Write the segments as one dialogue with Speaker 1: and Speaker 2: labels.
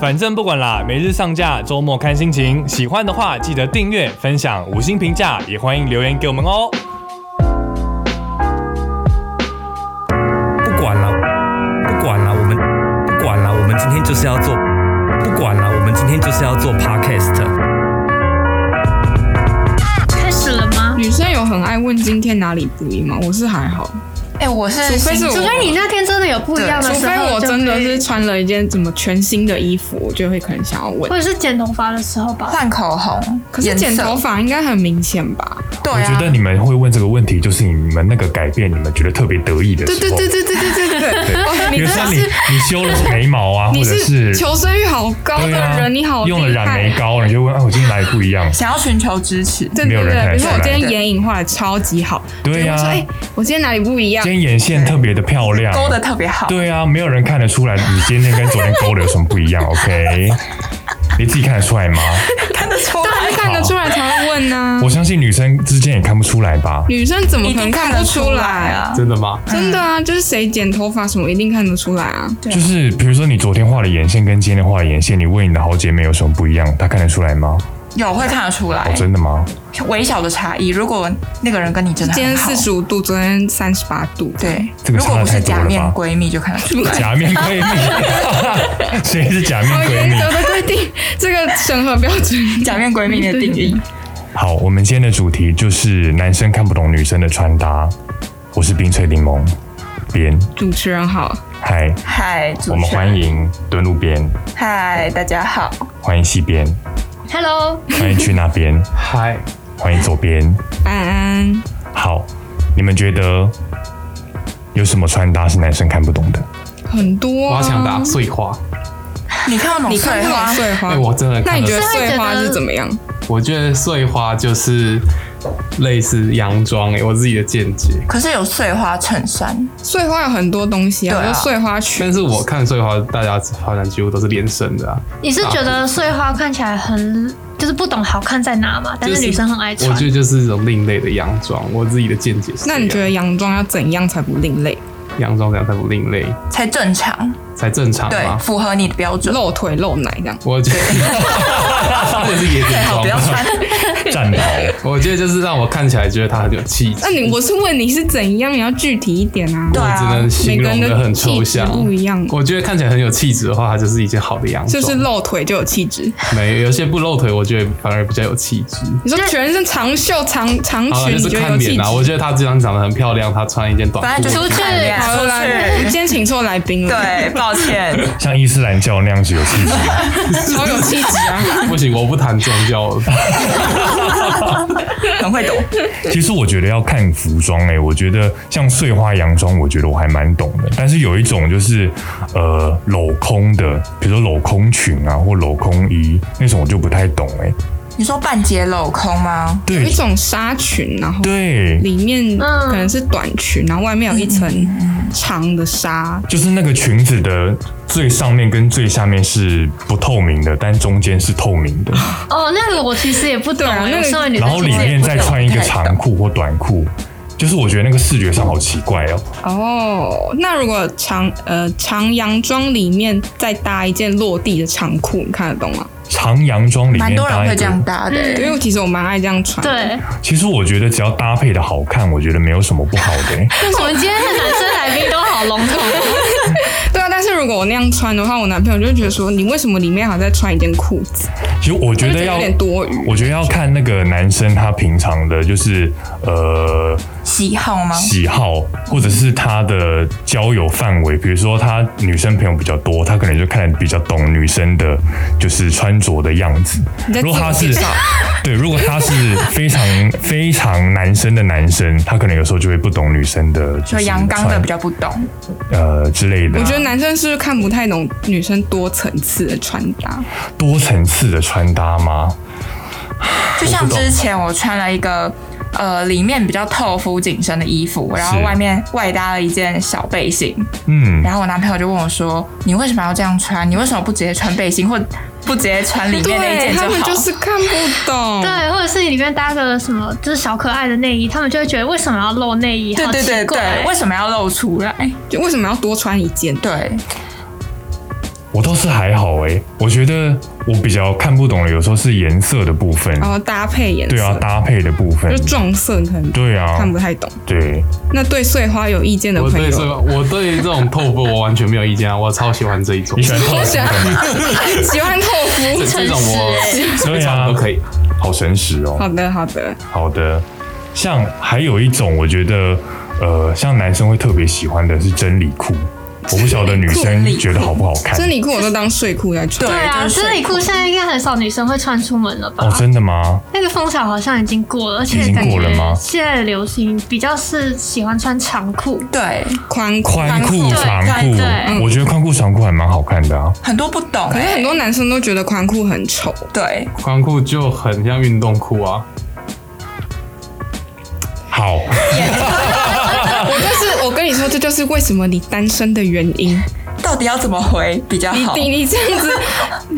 Speaker 1: 反正不管啦，每日上架，周末看心情。喜欢的话记得订阅、分享、五星评价，也欢迎留言给我们哦。
Speaker 2: 不管了，不管了，我们不管了，我们今天就是要做，不管了，我们今天就是要做 podcast。
Speaker 3: 开始了吗？
Speaker 4: 女生有很爱问今天哪里不一吗？我是还好，
Speaker 5: 哎、我是
Speaker 4: 除非是
Speaker 3: 除
Speaker 4: 我
Speaker 3: 非你那天真的有不一样的
Speaker 4: 除
Speaker 3: 时候，
Speaker 4: 非我
Speaker 3: 就
Speaker 4: 真的
Speaker 3: 可以
Speaker 4: 是，穿了一件怎么全新的衣服，我就会可能想要问
Speaker 3: 或。者是剪头发的时候吧。
Speaker 5: 换口红，
Speaker 4: 可是
Speaker 5: 颜色
Speaker 4: 剪头发应该很明显吧？
Speaker 5: 对
Speaker 1: 我
Speaker 5: 啊，
Speaker 1: 觉得你们会问这个问题，就是你们那个改变，你们觉得特别得意的时
Speaker 4: 对
Speaker 1: 候。
Speaker 4: 对对对对对 对对
Speaker 1: 对
Speaker 4: 哦，
Speaker 1: 比
Speaker 4: 你真
Speaker 1: 如
Speaker 4: 的
Speaker 1: 像你
Speaker 4: 是
Speaker 1: 你修了眉毛啊，
Speaker 4: 你
Speaker 1: 或者是
Speaker 4: 求生欲好高的
Speaker 1: 对啊，
Speaker 4: 人，你好
Speaker 1: 用了
Speaker 4: 厉
Speaker 1: 染
Speaker 4: 害
Speaker 1: 眉。膏，你就问啊，我今天哪里不一样？
Speaker 5: 想要寻求支持，
Speaker 4: 对
Speaker 1: 没有
Speaker 4: 对
Speaker 1: 人
Speaker 4: 对，
Speaker 1: 看得
Speaker 4: 比如
Speaker 1: 出
Speaker 4: 说
Speaker 1: 来
Speaker 4: 我今天眼影画的超级好，
Speaker 1: 对
Speaker 4: 我
Speaker 1: 啊
Speaker 4: 说，哎，我今天哪里不一样
Speaker 1: 今？天眼线特别的漂亮，
Speaker 5: 勾的特别好。
Speaker 1: 啊对啊，没有人看得出来你今天跟昨天勾的有什么不一样 ，OK？你自己看得出来吗？
Speaker 5: 看得出
Speaker 4: 当然
Speaker 5: 来，
Speaker 4: 看得出来才会问呢
Speaker 1: 我。相信女生之间也看不出来吧？
Speaker 4: 女生怎么
Speaker 5: 一
Speaker 4: 可能
Speaker 5: 定
Speaker 4: 看
Speaker 5: 得
Speaker 4: 不出来？
Speaker 5: 啊！
Speaker 6: 真的吗？
Speaker 4: 真的啊，就是谁剪头发什么一定看得出来啊。
Speaker 5: 对
Speaker 1: 就是比如说你昨天画的眼线跟今天画的眼线，你问你的好姐妹有什么不一样，她看得出来吗？
Speaker 5: 有会看得出来
Speaker 1: 哦，，真的吗？
Speaker 5: 微小的差异。如果那个人跟你真的
Speaker 4: 今天
Speaker 5: 很好
Speaker 4: 四，十五度，昨天三十八度。
Speaker 5: 对，
Speaker 1: 这个
Speaker 5: 如果
Speaker 1: 差
Speaker 5: 不
Speaker 1: 得太
Speaker 5: 是
Speaker 1: 多
Speaker 5: 假
Speaker 1: 了
Speaker 5: 面
Speaker 1: 吧？
Speaker 5: 闺 蜜就看得出来。
Speaker 1: 假面闺 蜜，谁是假面
Speaker 4: 好
Speaker 1: 闺
Speaker 4: 严
Speaker 1: 蜜？
Speaker 4: 格的规定，这个审核标准。
Speaker 5: 假面闺蜜的定义，
Speaker 1: 好，我们今天的主题就是男生看不懂女生的穿搭。我是冰萃柠檬边，
Speaker 4: 主持人好，
Speaker 1: 嗨，
Speaker 5: 嗨，主
Speaker 1: 我们
Speaker 5: 持
Speaker 1: 欢
Speaker 5: 人，
Speaker 1: 迎蹲路边，
Speaker 5: 嗨，大家好，
Speaker 1: 欢迎西边，
Speaker 3: Hello，
Speaker 1: 欢迎去那边，
Speaker 6: 嗨，
Speaker 1: 欢迎左边。
Speaker 4: 安安。
Speaker 1: 好，你们觉得有什么穿搭是男生看不懂 的？
Speaker 4: 很多、
Speaker 6: 我
Speaker 4: 啊。
Speaker 6: 要抢答碎花。
Speaker 5: 你看到那
Speaker 4: 你
Speaker 5: 种
Speaker 4: 看
Speaker 5: 碎
Speaker 4: 过
Speaker 5: 花，
Speaker 4: 碎花？
Speaker 6: 哎，我真的
Speaker 4: 那
Speaker 6: 看
Speaker 4: 你
Speaker 6: 得
Speaker 4: 觉得
Speaker 6: 出，
Speaker 4: 碎花是怎么样？
Speaker 6: 我觉得碎花就是类似洋装，哎，我自己的见解。
Speaker 5: 可是有碎花衬衫，
Speaker 4: 碎花有很多东西啊，
Speaker 5: 对啊
Speaker 4: 有碎花裙
Speaker 6: 但。是我看碎花，大家发展几乎都是连身的啊。
Speaker 3: 你是觉得碎花看起来很就是不懂好看在哪嘛？但
Speaker 6: 就是
Speaker 3: 女生很爱穿
Speaker 6: 我，觉得就是一种另类的洋装，我自己的见解是这
Speaker 4: 那
Speaker 6: 样。
Speaker 4: 你觉得洋装要怎样才不另类？
Speaker 6: 洋装怎样才不另类，
Speaker 5: 才正常，
Speaker 6: 才正常
Speaker 5: 对，
Speaker 6: 吗？
Speaker 5: 符合你的标准，
Speaker 4: 露腿露奶这样？
Speaker 6: 我觉得这是野
Speaker 5: 最
Speaker 6: 点
Speaker 5: 好
Speaker 6: 装
Speaker 5: 不要
Speaker 6: 吧。
Speaker 5: 穿。
Speaker 1: 战袍，
Speaker 6: 我觉得就是让我看起来觉得它很有气质。
Speaker 4: 那你我是问你是怎样，你要具体一点啊。
Speaker 5: 对
Speaker 6: 我只能形容的很抽象
Speaker 4: 每个人的气质，不一样
Speaker 6: 我觉得看起来很有气质的话，它就是一件好的洋
Speaker 4: 就
Speaker 6: 装。
Speaker 4: 是露腿就有气质。
Speaker 6: 没有有些不露腿，我觉得反而比较有气质。
Speaker 4: 你说全身长袖长长
Speaker 6: 好了，
Speaker 4: 裙，
Speaker 6: 就
Speaker 4: 你
Speaker 6: 是
Speaker 4: 就有
Speaker 6: 看
Speaker 4: 气
Speaker 6: 脸
Speaker 4: 质。
Speaker 6: 啦。我觉得她这张长得很漂亮，她穿一件短
Speaker 5: 反
Speaker 6: 裤
Speaker 5: 正，就是看人家
Speaker 4: 好了啦，我今
Speaker 5: 出去。
Speaker 4: 天请错来宾了，
Speaker 5: 对，抱歉，
Speaker 1: 像伊斯兰教那样子有气质。
Speaker 4: 超有气质啊！
Speaker 6: 不行，我不谈宗教了。
Speaker 5: 很会懂。
Speaker 1: 其实我觉得要看服装诶、我觉得像碎花洋装，我觉得我还蛮懂的。但是有一种就是呃镂空的，比如说镂空裙啊或镂空衣那种，我就不太懂诶、
Speaker 5: 你说半截镂空吗？
Speaker 4: 有
Speaker 1: 对
Speaker 4: 一种纱裙，然后
Speaker 1: 对，
Speaker 4: 里面可能是短裙，然后外面有一层长的纱，
Speaker 1: 就是那个裙子的最上面跟最下面是不透明的，但中间是透明的，
Speaker 3: 哦，那个我其实也不懂，
Speaker 4: 对啊那个
Speaker 3: 我身为女
Speaker 1: 然
Speaker 3: 生
Speaker 1: 后
Speaker 3: 其
Speaker 1: 里
Speaker 3: 实也
Speaker 1: 面
Speaker 3: 不
Speaker 1: 再
Speaker 3: 懂。
Speaker 1: 穿一个长裤或短裤。就是我觉得那个视觉上好奇怪哦，
Speaker 4: 哦，那如果长呃长洋装里面再搭一件落地的长裤，你看得懂吗？
Speaker 1: 长洋装里
Speaker 5: 蛮
Speaker 1: 面
Speaker 5: 多人
Speaker 1: 搭
Speaker 5: 会
Speaker 1: 一
Speaker 5: 这
Speaker 1: 个
Speaker 5: 样搭的、
Speaker 4: 因
Speaker 3: 嗯
Speaker 4: 为其实我蛮爱这样穿。，
Speaker 3: 对，
Speaker 1: 其实我觉得只要搭配的好看，我觉得没有什么不好的、欸。
Speaker 3: 我们今天的男生来宾都好笼统，
Speaker 4: 对啊。但是如果我那样穿的话，我男朋友就会觉得说，你为什么里面还在穿一件裤子？
Speaker 1: 其实我觉
Speaker 4: 就
Speaker 1: 得
Speaker 4: 是
Speaker 1: 要
Speaker 4: 有点多余
Speaker 1: 我觉得要看那个男生他平常的，就是呃
Speaker 5: 喜好吗？
Speaker 1: 喜好，或者是他的交友范围。比如说他女生朋友比较多，他可能就看得比较懂女生的，就是穿着的样子
Speaker 4: 你。在
Speaker 1: 如果他
Speaker 4: 自我
Speaker 1: 是
Speaker 4: 介绍
Speaker 1: 对，如果他是非常非常男生的男生，他可能有时候就会不懂女生的，就
Speaker 5: 就是阳刚的
Speaker 1: 穿
Speaker 5: 比较不懂，
Speaker 1: 呃之类的
Speaker 4: 我觉得男生是不是看不太懂女生多层次的穿搭？
Speaker 1: 多层次的穿搭吗？
Speaker 5: 就像
Speaker 1: 我不懂
Speaker 5: 之前我穿了一个呃里面比较透肤紧身的衣服，然后
Speaker 1: 是
Speaker 5: 外面外搭了一件小背心，
Speaker 1: 嗯，
Speaker 5: 然后我男朋友就问我说：“你为什么要这样穿？你为什么不直接穿背心，或不直接穿里面那一
Speaker 4: 对
Speaker 5: 件
Speaker 4: 他
Speaker 5: 就
Speaker 4: 们
Speaker 5: 好？”
Speaker 4: 就是看不 懂。
Speaker 3: 对，或者是里面搭个什么就是小可爱的内衣，他们就会觉得为什么要露内衣？
Speaker 5: 对
Speaker 3: 好
Speaker 5: 对对
Speaker 3: 奇怪
Speaker 5: 对，为什么要露出来？
Speaker 4: 就为什么要多穿一件？
Speaker 5: 对，
Speaker 1: 我倒是还好诶、我觉得我比较看不懂的，有时候是颜色的部分，
Speaker 4: 然后搭配颜色，
Speaker 1: 对啊，搭配的部分
Speaker 4: 哦就，撞色你很
Speaker 1: 对啊，
Speaker 4: 看不太懂。
Speaker 1: 对，
Speaker 4: 那对碎花有意见的
Speaker 6: 我
Speaker 4: 朋
Speaker 6: 对这
Speaker 4: 友，
Speaker 6: 个，我对这种透肤我完全没有意见啊，我超喜欢这一种
Speaker 1: 你，喜欢
Speaker 4: 我
Speaker 1: 套
Speaker 4: 喜
Speaker 1: 色，
Speaker 4: 欢喜欢透
Speaker 6: 这
Speaker 4: 肤。
Speaker 6: 这种我
Speaker 1: 对啊，
Speaker 6: 都可以。
Speaker 1: 好神奇哦。
Speaker 4: 好的，好的，
Speaker 1: 好的，像还有一种，我觉得呃，像男生会特别喜欢的是真理裤，我不晓得女生觉得好不好看
Speaker 4: 真理裤我都当睡裤在穿。
Speaker 5: 对
Speaker 3: 对啊，
Speaker 5: 就是
Speaker 3: 真理裤现在应该很少女生会穿出门了吧？
Speaker 1: 哦，真的吗？
Speaker 3: 那个风潮好像已经过了，而且
Speaker 1: 已经
Speaker 3: 感
Speaker 1: 过了吗
Speaker 3: 觉现在的流行比较是喜欢穿长裤，
Speaker 5: 对，
Speaker 4: 宽裤，
Speaker 1: 宽裤、长
Speaker 5: 对
Speaker 1: 裤
Speaker 3: 对，
Speaker 1: 我觉得宽裤、长裤还蛮好看的啊。
Speaker 5: 很多不懂、
Speaker 4: 可是
Speaker 5: 欸，
Speaker 4: 很多男生都觉得宽裤很丑。
Speaker 5: 对，
Speaker 6: 宽裤就很像运动裤啊，
Speaker 1: 好，
Speaker 4: 我就是，我跟你说，这就是为什么你单身的原因。
Speaker 5: 到底要怎么回比较
Speaker 4: 你
Speaker 5: 好？
Speaker 4: 你你这样子，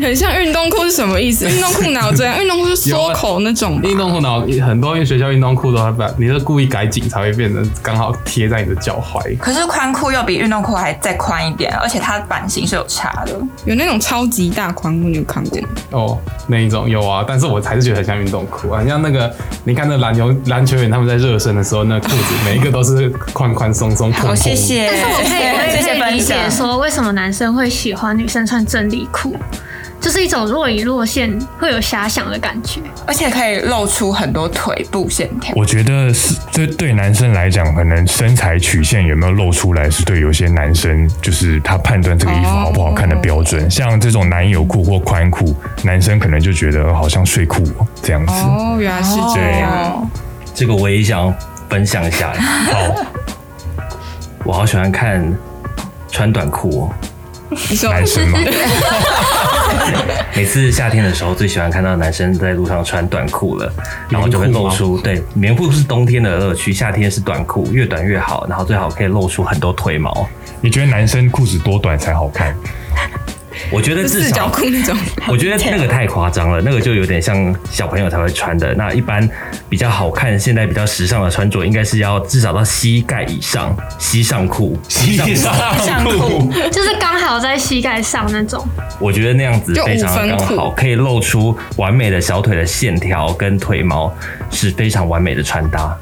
Speaker 4: 很像运动裤是什么意 思？运动裤哪有这样？运动裤是缩口那种吧
Speaker 6: 运动裤脑很多学校运动裤都还把你是故意改紧才会变成刚好贴在你的脚踝。
Speaker 5: 可是宽裤又比运动裤还再宽一点，而且它版型是有差的。
Speaker 4: 有那种超级大宽裤，你有看过吗？
Speaker 6: 哦，那一种有啊，但是我还是觉得很像运动裤啊，很像那个你看那篮球篮球员他们在热身的时候，那裤子每一个都是宽宽松松、蓬
Speaker 5: 好，
Speaker 6: 蓬。
Speaker 5: 哦谢谢，
Speaker 3: 但是我可以我
Speaker 5: 谢谢
Speaker 3: 也可以
Speaker 5: 分
Speaker 3: 理
Speaker 5: 享
Speaker 3: 解。说为什么男生会喜欢女生穿真理裤，就是一种若隐若现会有遐想的感觉。
Speaker 5: 而且可以露出很多腿部线条。
Speaker 1: 我觉得是这对男生来讲，可能身材曲线有没有露出来，是对有些男生就是他判断这个衣服好不好看的标准。像这种男友裤或宽裤，男生可能就觉得呃好像睡裤哦这样子。
Speaker 4: 哦，原来是这样。
Speaker 5: 哦，
Speaker 2: 哎这个我也想要分享一下。
Speaker 1: 好，
Speaker 2: 我好喜欢看穿短裤哦，
Speaker 4: 你说
Speaker 1: 男生嘛，
Speaker 2: 每次夏天的时候最喜欢看到男生在路上穿短裤了，然后就会
Speaker 6: 棉裤
Speaker 2: 露
Speaker 6: 吗
Speaker 2: 出对棉裤是冬天的乐趣，夏天是短裤，越短越好，然后最好可以露出很多腿毛。
Speaker 1: 你觉得男生裤子多短才好看？
Speaker 2: 我觉得至
Speaker 4: 四角
Speaker 2: 少
Speaker 4: 裤那种，
Speaker 2: 我觉得那个太夸张了，那个就有点像小朋友才会穿的。那一般比较好看、现在比较时尚的穿着，应该是要至少到膝盖以上，膝上裤。
Speaker 1: 西上裤，
Speaker 3: 就是刚好在膝盖上那种，
Speaker 2: 我觉得那样子非常刚
Speaker 4: 就五分
Speaker 2: 好，
Speaker 4: 裤
Speaker 2: 可以露出完美的小腿的线条跟腿毛，是非常完美的穿搭。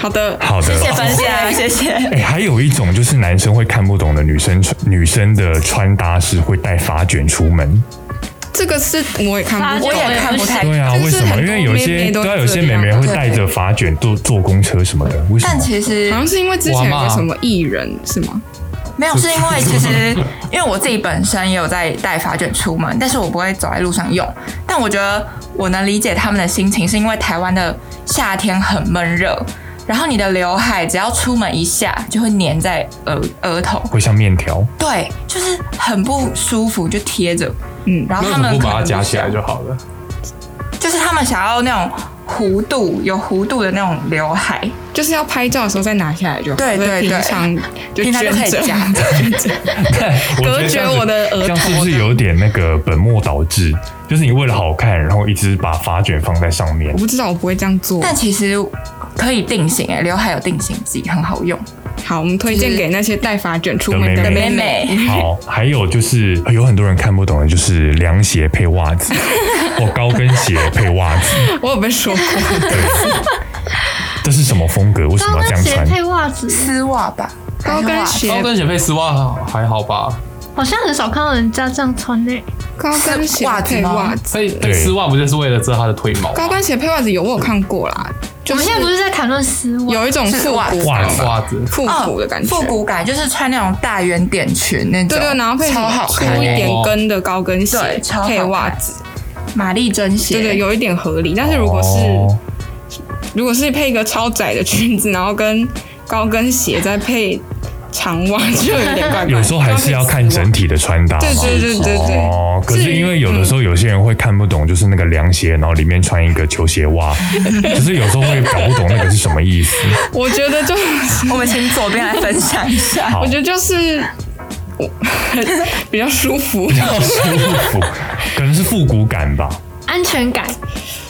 Speaker 4: 好的，
Speaker 1: 好的，
Speaker 5: 谢谢分享，谢谢。
Speaker 1: 哎、还有一种就是男生会看不懂的女生穿女生的穿搭是会带发卷出门。
Speaker 4: 这个是我也看
Speaker 3: 发
Speaker 4: 不
Speaker 3: 觉
Speaker 4: 懂
Speaker 5: 我，也看不太
Speaker 1: 对啊，
Speaker 4: 哎但是
Speaker 1: 为什么？
Speaker 4: 很
Speaker 1: 因
Speaker 4: 多
Speaker 1: 为有
Speaker 4: 妹
Speaker 1: 些
Speaker 4: 妹都
Speaker 1: 对啊，有些
Speaker 4: 这
Speaker 1: 妹
Speaker 4: 样
Speaker 1: 妹会带着发卷坐坐公车什么的，为什
Speaker 5: 但
Speaker 1: 么？
Speaker 5: 其实
Speaker 4: 好像是因为之前有个什么艺人是吗？
Speaker 5: 没有，是因为其实 因为我自己本身也有在带发卷出门，但是我不会走在路上用。但我觉得我能理解他们的心情，是因为台湾的夏天很闷热，然后你的刘海只要出门一下就会粘在额额头，
Speaker 1: 会像面 条，
Speaker 5: 对，就是很不舒服，就贴着。
Speaker 4: 嗯
Speaker 5: 然后
Speaker 6: 那
Speaker 5: 他
Speaker 6: 怎么
Speaker 5: 们
Speaker 6: 不
Speaker 5: 可
Speaker 6: 把它
Speaker 5: 能
Speaker 6: 夹起来就好了？
Speaker 5: 就是他们想要那种弧度，有弧度的那种刘海，
Speaker 4: 就是要拍照的时候再拿下来就好。
Speaker 5: 对对对
Speaker 4: 平常就
Speaker 5: 平常就可以
Speaker 4: 卷着
Speaker 5: 夹着。
Speaker 1: 我
Speaker 4: 隔绝我的额头
Speaker 1: 这样是不是有点那个本末倒置？就是你为了好看，然后一直把发卷放在上面
Speaker 4: 我。不知道，我不会这样做。
Speaker 5: 但其实可以定型诶、欸刘海有定型剂，很好用。
Speaker 4: 好，我们推荐给那些带发卷出门
Speaker 1: 的
Speaker 4: 的
Speaker 1: 妹
Speaker 4: 妹
Speaker 5: 妹
Speaker 4: 妹。
Speaker 1: 好，还有就是有很多人看不懂的，就是凉鞋配袜 子，或高跟鞋配袜子，
Speaker 4: 我有被说过，
Speaker 1: 这是什么风格？为什
Speaker 3: 高
Speaker 1: 么要这
Speaker 3: 跟
Speaker 1: 样
Speaker 3: 鞋
Speaker 1: 穿？
Speaker 3: 配袜子，
Speaker 5: 丝袜吧，
Speaker 4: 高跟鞋
Speaker 6: 高、跟鞋配丝袜还好吧？
Speaker 3: 好像很少看到人家这样穿诶、
Speaker 4: 高跟鞋配袜子，
Speaker 6: 所以
Speaker 1: 对
Speaker 6: 丝袜不就是为了遮它的腿毛吗？
Speaker 4: 高跟鞋配袜子有我有看过啦，
Speaker 3: 我
Speaker 4: 就
Speaker 3: 们
Speaker 4: 是
Speaker 3: 现在不是在谈论丝袜，
Speaker 4: 有一种
Speaker 5: 是
Speaker 4: 复
Speaker 5: 袜
Speaker 4: 古
Speaker 1: 袜
Speaker 4: 感
Speaker 1: 子
Speaker 4: 吧，
Speaker 6: 袜子
Speaker 4: 复古的感觉。
Speaker 5: 哦复古感就是穿那种大圆点裙那种，
Speaker 4: 对对，然后配
Speaker 5: 超好
Speaker 4: 粗
Speaker 5: 看
Speaker 4: 一
Speaker 5: 欸，
Speaker 4: 点
Speaker 1: 哦
Speaker 4: 跟的高跟鞋
Speaker 5: 对超好看
Speaker 4: 配袜子，
Speaker 5: 玛丽珍鞋，
Speaker 4: 对对，有一点合理。但是如果是、
Speaker 1: 哦
Speaker 4: 如果是配一个超窄的裙子，然后跟高跟鞋再配长袜，就有点怪怪。
Speaker 1: 有时候还是要看整体的穿搭嘛。
Speaker 4: 对对对对对。
Speaker 1: 哦，可
Speaker 4: 至
Speaker 1: 是
Speaker 4: 于
Speaker 1: 因为有的时候有些人会看不懂，就是那个凉鞋，然后里面穿一个球鞋 袜，就是有时候会搞不懂那个是什么意思。
Speaker 4: 我觉得就，
Speaker 5: 我们请左边来分享 一下。
Speaker 1: 好
Speaker 4: 我觉得就是我 比较舒服。
Speaker 1: 好舒服，可能是复古感吧。
Speaker 3: 安全感，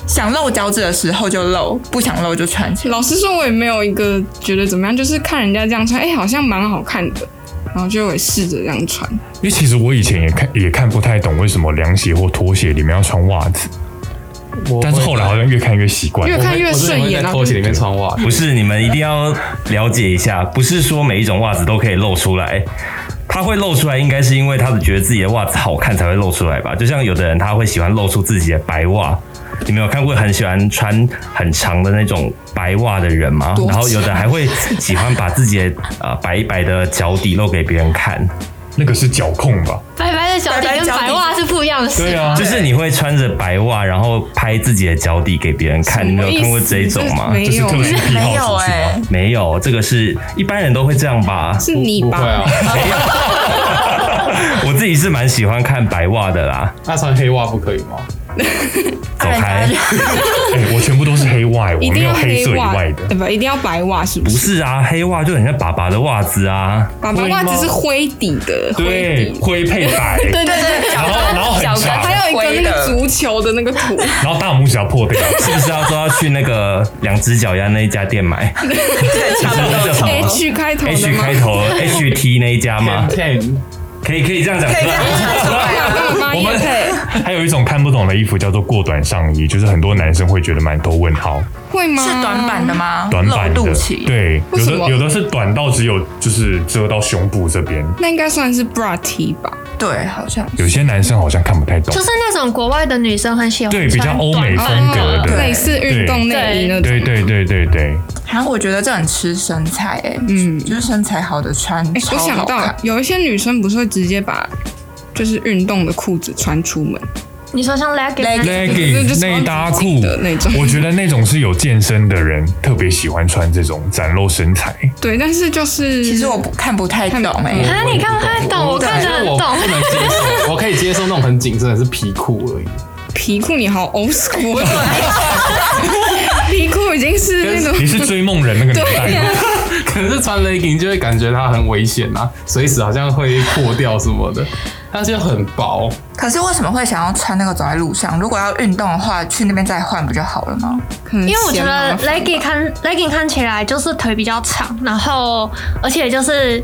Speaker 5: 想露脚趾的时候就露，不想露就穿起来。
Speaker 4: 老实说，我也没有一个觉得怎么样，就是看人家这样穿，哎、好像蛮好看的，然然后就会试着这样穿。
Speaker 1: 因为其实我以前也看也看不太懂为什么凉鞋或拖鞋里面要穿袜子，
Speaker 6: 我
Speaker 1: 但是后来好像越看越习惯
Speaker 4: 越。看越
Speaker 6: 我之前
Speaker 4: 顺
Speaker 6: 会
Speaker 4: 眼
Speaker 6: 在
Speaker 4: 啊！
Speaker 6: 拖鞋里面穿袜子，
Speaker 2: 不是，你们一定要了解一下，不是说每一种袜子都可以露出来。它会露出来，应该是因为他觉得自己的袜子好看才会露出来吧。就像有的人他会喜欢露出自己的白袜，你们有看过很喜欢穿很长的那种白袜的人吗？
Speaker 4: 多啊
Speaker 2: 然后有的还会喜欢把自己的呃白白的脚底露给别人看。
Speaker 1: 那个是脚控吧？
Speaker 3: 白白的脚底跟白袜是不一样的事。
Speaker 1: 对啊
Speaker 2: 就是你会穿着白袜，然后拍自己的脚底给别人看，你
Speaker 4: 什
Speaker 2: 们
Speaker 4: 么
Speaker 2: 有
Speaker 4: 意
Speaker 2: 看过
Speaker 4: 思
Speaker 2: 这一种吗？
Speaker 4: 没
Speaker 1: 这是
Speaker 4: 有，
Speaker 1: 特殊癖
Speaker 5: 没有
Speaker 1: 好出去
Speaker 5: 哎、
Speaker 1: 吗？
Speaker 2: 没有，这个是一般人都会这样吧？
Speaker 4: 是你
Speaker 6: 不会
Speaker 4: 吧？
Speaker 6: 啊。
Speaker 2: 我自己是蛮喜欢看白袜的啦，
Speaker 6: 那穿黑袜不可以吗？
Speaker 2: 走开。
Speaker 1: 哎、我全部都是黑袜，我
Speaker 4: 一
Speaker 1: 没
Speaker 4: 定
Speaker 1: 有
Speaker 4: 要
Speaker 1: 黑色以
Speaker 4: 袜
Speaker 1: 外的，
Speaker 4: 对吧？一定要白袜，是不
Speaker 2: 不
Speaker 4: 是？
Speaker 2: 是啊，黑袜就很像爸爸的袜子啊。
Speaker 4: 白袜只是灰底的，灰
Speaker 1: 对
Speaker 4: 底，。
Speaker 1: 灰配白，
Speaker 4: 对对对，
Speaker 1: 然后然后很
Speaker 4: 小
Speaker 1: 长，
Speaker 4: 还有一个那个
Speaker 5: 灰
Speaker 4: 足球的那 个图，
Speaker 1: 然后大拇指要破 掉。
Speaker 2: 是不是要说要去那个两只脚丫那一家店买
Speaker 5: 差不多 差不多
Speaker 4: H 开头的
Speaker 2: H
Speaker 4: 吗
Speaker 2: 开？头 H T 那一 家吗？
Speaker 6: ten
Speaker 2: 可以可以这样讲
Speaker 5: 可以
Speaker 2: 出
Speaker 5: 这样
Speaker 2: 来。
Speaker 5: 讲出来 啊
Speaker 4: 干嘛
Speaker 1: 我
Speaker 4: 叶
Speaker 1: 们
Speaker 4: 配？
Speaker 1: 还有一种看不懂的衣服叫做过短上衣，就是很多男生会觉得蛮多问号，
Speaker 4: 会吗？
Speaker 5: 是短版的吗？
Speaker 1: 短版
Speaker 5: 露
Speaker 1: 的
Speaker 5: 肚脐，，
Speaker 1: 对，有
Speaker 4: 为什
Speaker 1: 的
Speaker 4: 么
Speaker 1: 有的是短到只有就是遮到胸部这边，
Speaker 4: 那应该算是 bra T 吧？
Speaker 5: 对，好像
Speaker 1: 有些男生好像看不太懂
Speaker 3: 就。是那种国外的女生很喜欢
Speaker 1: 对比较
Speaker 3: 穿
Speaker 1: 欧美
Speaker 3: 短
Speaker 1: 风
Speaker 3: 版
Speaker 1: 格
Speaker 3: 的
Speaker 1: 的
Speaker 4: 哦类似运动内衣那种。
Speaker 1: 对对对对对，
Speaker 5: 然后我觉得这很吃身材、哎，
Speaker 4: 嗯
Speaker 5: 就是身材好的穿，
Speaker 4: 哎，
Speaker 5: 超
Speaker 4: 我
Speaker 5: 好
Speaker 4: 想到
Speaker 5: 看。
Speaker 4: 有一些女生不是会直接把就是运动的裤子穿出门，
Speaker 3: 你说像 legging，啊
Speaker 5: Legging
Speaker 4: 那就
Speaker 1: legging
Speaker 4: 是
Speaker 1: 内搭
Speaker 4: 自己
Speaker 1: 裤
Speaker 4: 的那种
Speaker 1: 我觉得那种是有健身的人特别喜欢穿这种展露身 材。
Speaker 4: 对，但是就是
Speaker 5: 其实我不看不太懂
Speaker 4: 看不
Speaker 5: 哎、
Speaker 4: 懂
Speaker 3: 啊，你看不太懂，我看着很
Speaker 6: 我
Speaker 3: 懂。
Speaker 6: 不能接受，我可以接受那种很紧身的是皮裤而已。
Speaker 4: 皮裤你好 old school，皮 裤已经是那种
Speaker 1: 你是追梦人那个年代吗？
Speaker 6: 可是穿 legging 就会感觉它很危险啊，随时好像会破掉什么的， 它就很薄。
Speaker 5: 可是为什么会想要穿那个走在路上？如果要运动的话，去那边再换不就好了 吗？
Speaker 4: 可能
Speaker 3: 因为我觉
Speaker 4: 显
Speaker 3: 得
Speaker 4: 麻烦
Speaker 3: legging 看 legging 看起来就是腿比较长，然后而且就是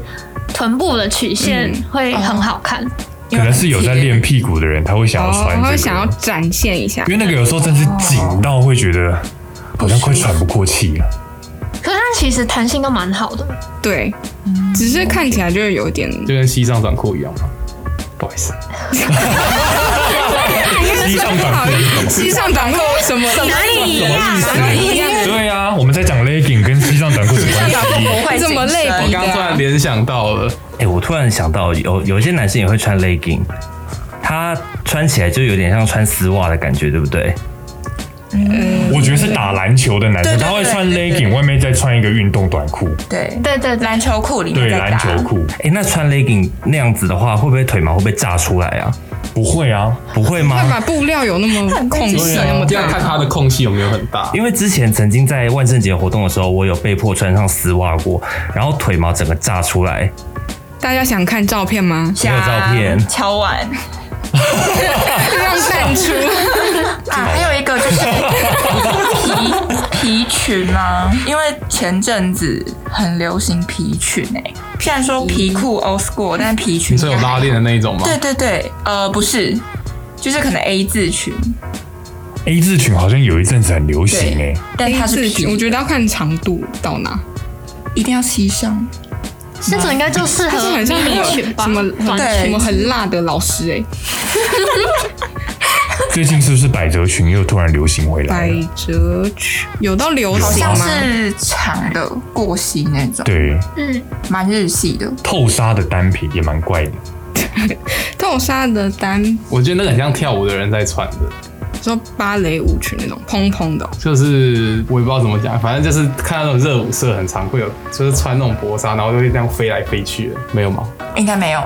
Speaker 3: 臀部的曲线
Speaker 4: 嗯
Speaker 3: 会很好看。
Speaker 1: 可能是有在练屁股的人，他会想要
Speaker 4: 哦，
Speaker 1: 穿
Speaker 4: 他会
Speaker 1: 这
Speaker 4: 想要
Speaker 1: 个，
Speaker 4: 展现一下
Speaker 1: 因为那个有时候真是紧到会觉得好像快喘不过气了。
Speaker 3: 可是它其实弹性都蛮好的，
Speaker 4: 对，只是看起来就是有点
Speaker 6: 就跟西上短裤一样嘛。不好意思，
Speaker 1: 西上短裤是什么
Speaker 4: 哎西上短裤什么哪里哪里一样？
Speaker 1: 对啊，我们在讲 legging 跟西上短裤什么关系？
Speaker 5: 不会
Speaker 4: 这么
Speaker 5: 紧
Speaker 4: 累
Speaker 5: 身
Speaker 6: 我
Speaker 4: 不
Speaker 6: 刚刚突然联想到了，
Speaker 2: 哎、我突然想到，有有一些男生也会穿 legging，他穿起来就有点像穿丝袜的感觉，对不对？
Speaker 1: 我觉得是打篮球的男生，
Speaker 5: 对对
Speaker 1: 他会穿
Speaker 5: 对对
Speaker 1: legging，外面再穿一个运动短裤，
Speaker 5: 对，
Speaker 3: 对对对，
Speaker 5: 篮球裤里面
Speaker 1: 对，
Speaker 5: 再
Speaker 1: 篮
Speaker 5: 搭
Speaker 1: 球裤
Speaker 2: 哎、那穿 legging 那样子的话，会不会腿毛会不会炸出来啊？
Speaker 1: 不会啊，
Speaker 2: 不会吗？
Speaker 4: 会把布料有那么空隙那么
Speaker 6: 要看
Speaker 4: 大？
Speaker 6: 它的空隙有没有很 大。
Speaker 2: 因为之前曾经在万圣节活动的时候，我有被迫穿上丝袜过，然后腿毛整个炸出来。
Speaker 4: 大家想看照片吗？
Speaker 2: 没有
Speaker 5: 啊
Speaker 2: 照片
Speaker 5: 敲碗
Speaker 4: 让淡出，
Speaker 5: 啊，还有一个就是皮皮 裙啊，因为前阵子很流行皮裙哎、虽然说皮裤 old school，但皮裙
Speaker 6: 你说有拉链的那一种吗？
Speaker 5: 对对对，呃，不是，就是可能 A 字裙，
Speaker 1: A 字裙好像有一阵子很流行欸诶、
Speaker 5: 对，但它是
Speaker 4: 自
Speaker 5: 皮
Speaker 4: 己，我觉得要看长度到哪，
Speaker 5: 一定要吸上。
Speaker 3: 那种应该就适
Speaker 4: 但是
Speaker 3: 合
Speaker 4: 很像
Speaker 3: 迷
Speaker 4: 那
Speaker 3: 你
Speaker 4: 个
Speaker 3: 裙吧，
Speaker 4: 什么
Speaker 3: 短
Speaker 5: 对
Speaker 4: 什么很辣的老师哎，
Speaker 1: 最近是不是百褶裙又突然流行回来
Speaker 4: 百
Speaker 1: 了？
Speaker 4: 褶裙有到流
Speaker 5: 好
Speaker 4: 行
Speaker 5: 像
Speaker 4: 吗？
Speaker 5: 是长的过膝那种，
Speaker 1: 对，
Speaker 3: 嗯，
Speaker 5: 蛮日系的。
Speaker 1: 透纱的单品也蛮怪的，
Speaker 4: 豆沙的单，
Speaker 6: 我觉得那个很像跳舞的人在穿的，
Speaker 4: 说芭蕾舞裙那种蓬蓬的哦，
Speaker 6: 就是我也不知道怎么讲，反正就是看到那种热舞社很常会有，就是穿那种薄纱，然后就会这样飞来飞去的，没有吗？
Speaker 5: 应该没有，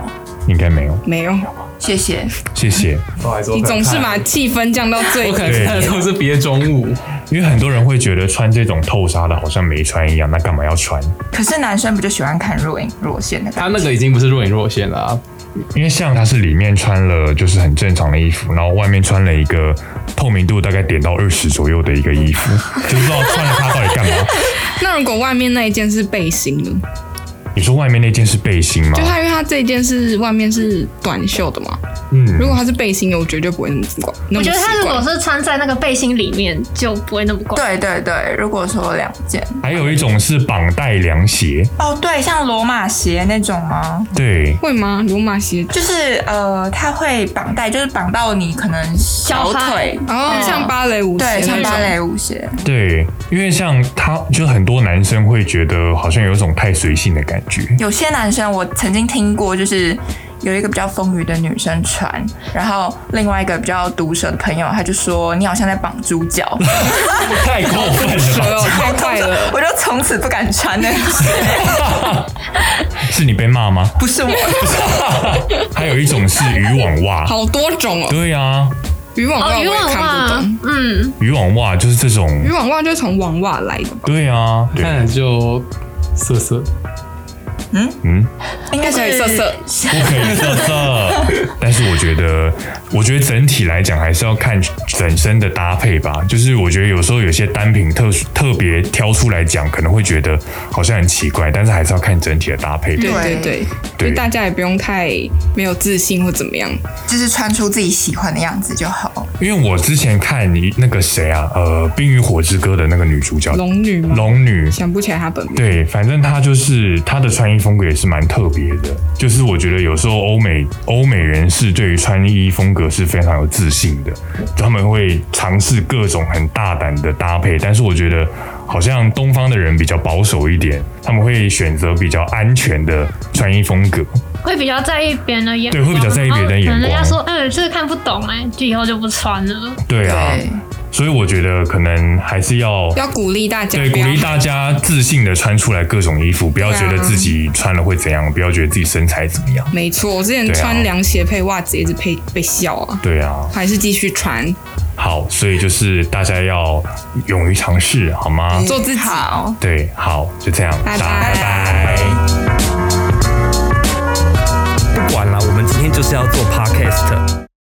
Speaker 1: 应该没有。
Speaker 4: 没有，
Speaker 5: 谢谢。
Speaker 1: 谢谢，
Speaker 6: 不好意思，
Speaker 4: 你
Speaker 6: 我可能
Speaker 4: 总是
Speaker 6: 看
Speaker 4: 把气氛降到最
Speaker 6: 我可
Speaker 4: 低。
Speaker 6: 能看的都是别中舞，
Speaker 1: 因为很多人会觉得穿这种透纱的好像没穿一样，那干嘛要穿？
Speaker 5: 可是男生不就喜欢看若隐若现的感觉？
Speaker 6: 他那个已经不是若隐若现了、啊，
Speaker 1: 因为像它是里面穿了就是很正常的衣服，然后外面穿了一个透明度大概点到二十左右的一个衣 服，就不知道穿了它到底干嘛，
Speaker 4: 那如果外面那一件是背心呢？
Speaker 1: 你说外面那件是背心吗
Speaker 4: 就？它因为它这一件是外面是短袖的嘛，
Speaker 1: 嗯
Speaker 4: 如，果它是背心的，我绝对不会那么奇怪。那
Speaker 3: 我
Speaker 4: 么
Speaker 3: 觉得他
Speaker 4: 奇
Speaker 3: 如
Speaker 4: 怪
Speaker 3: 果是穿在那个背心里面，就不会那么怪。
Speaker 5: 对对对，如果说两件，
Speaker 1: 还有一种是绑带凉鞋，
Speaker 5: 哦，对，像罗马鞋那种吗？
Speaker 1: 对，
Speaker 4: 会吗？罗马鞋
Speaker 5: 就是呃，它会绑带，就是绑到你可能小
Speaker 3: 小孩
Speaker 5: 腿，
Speaker 4: 哦，像芭蕾舞鞋
Speaker 5: 对，像
Speaker 4: 那
Speaker 5: 芭
Speaker 4: 种
Speaker 5: 蕾舞鞋，
Speaker 1: 对，因为像他，就很多男生会觉得好像有一种太随性的感觉。
Speaker 5: 有些男生我曾经听过，就是有一个比较风雨的女生穿，然后另外一个比较毒舌的朋友，他就说你好像在绑猪脚，！
Speaker 1: 太过分
Speaker 4: 蛇
Speaker 1: 了
Speaker 4: 哦，
Speaker 1: 吧？
Speaker 4: 太快了
Speaker 5: 我就从此不敢穿那个鞋，
Speaker 1: 是你被骂吗？
Speaker 5: 不是我，
Speaker 1: 还有一种是渔网袜，
Speaker 4: 好多种哦，
Speaker 1: 对啊，
Speaker 4: 渔网袜
Speaker 3: 哦，
Speaker 4: 我
Speaker 3: 渔
Speaker 4: 也
Speaker 3: 网
Speaker 4: 看不
Speaker 3: 袜
Speaker 4: 懂，，
Speaker 3: 嗯，
Speaker 1: 渔网袜就是这种
Speaker 4: 渔，网袜就是从网袜来的吧？
Speaker 1: 对啊，对，
Speaker 6: 看着就色色。
Speaker 1: 嗯，
Speaker 5: 应该
Speaker 4: 看起来
Speaker 5: 是
Speaker 4: 色色，
Speaker 1: 不可以色色。 但是我觉得，我觉得整体来讲还是要看整身的搭配吧。就是我觉得有时候有些单品特殊特别挑出来讲，可能会觉得好像很奇怪，但是还是要看整体的搭配吧。
Speaker 4: 对
Speaker 5: 对
Speaker 4: 对对，
Speaker 1: 对
Speaker 4: 就大家也不用太没有自信或怎么样。
Speaker 5: 就是穿出自己喜欢的样子就好。
Speaker 1: 因为我之前看你那个谁啊，呃，《冰与火之歌》的那个女主角
Speaker 4: 龙女吗？
Speaker 1: 啊龙女，
Speaker 4: 想不起来她本名。
Speaker 1: 对，反正她就是她的穿衣风格也是蛮特别的，就是我觉得有时候欧美欧美人士对于穿衣风格是非常有自信的，他们会尝试各种很大胆的搭配，但是我觉得好像东方的人比较保守一点，他们会选择比较安全的穿衣风格。
Speaker 3: 会比较在意别人的眼
Speaker 1: 对
Speaker 3: 光，
Speaker 1: 会比较在意别人的眼光
Speaker 3: 然后可能人家说，嗯，这个看不懂，哎，就以后就不穿了。
Speaker 1: 对啊，
Speaker 5: 对，
Speaker 1: 所以我觉得可能还是要
Speaker 4: 要鼓励大家，
Speaker 1: 对，
Speaker 4: 不
Speaker 1: 鼓
Speaker 4: 要
Speaker 1: 励大家自信的穿出来各种衣服，不要
Speaker 5: 对啊
Speaker 1: 觉得自己穿了会怎样，不要觉得自己身材怎么样。
Speaker 4: 没错，我之前
Speaker 1: 对啊
Speaker 4: 穿凉鞋配袜子也是被被笑啊，
Speaker 1: 对啊，
Speaker 4: 还是继续穿，
Speaker 1: 好，所以就是大家要勇于尝试，好吗？
Speaker 4: 做自己。
Speaker 5: 好，
Speaker 1: 对，好，就这样，
Speaker 4: 拜拜
Speaker 1: 大家拜拜
Speaker 2: 不管了，我们今天就是要做 podcast。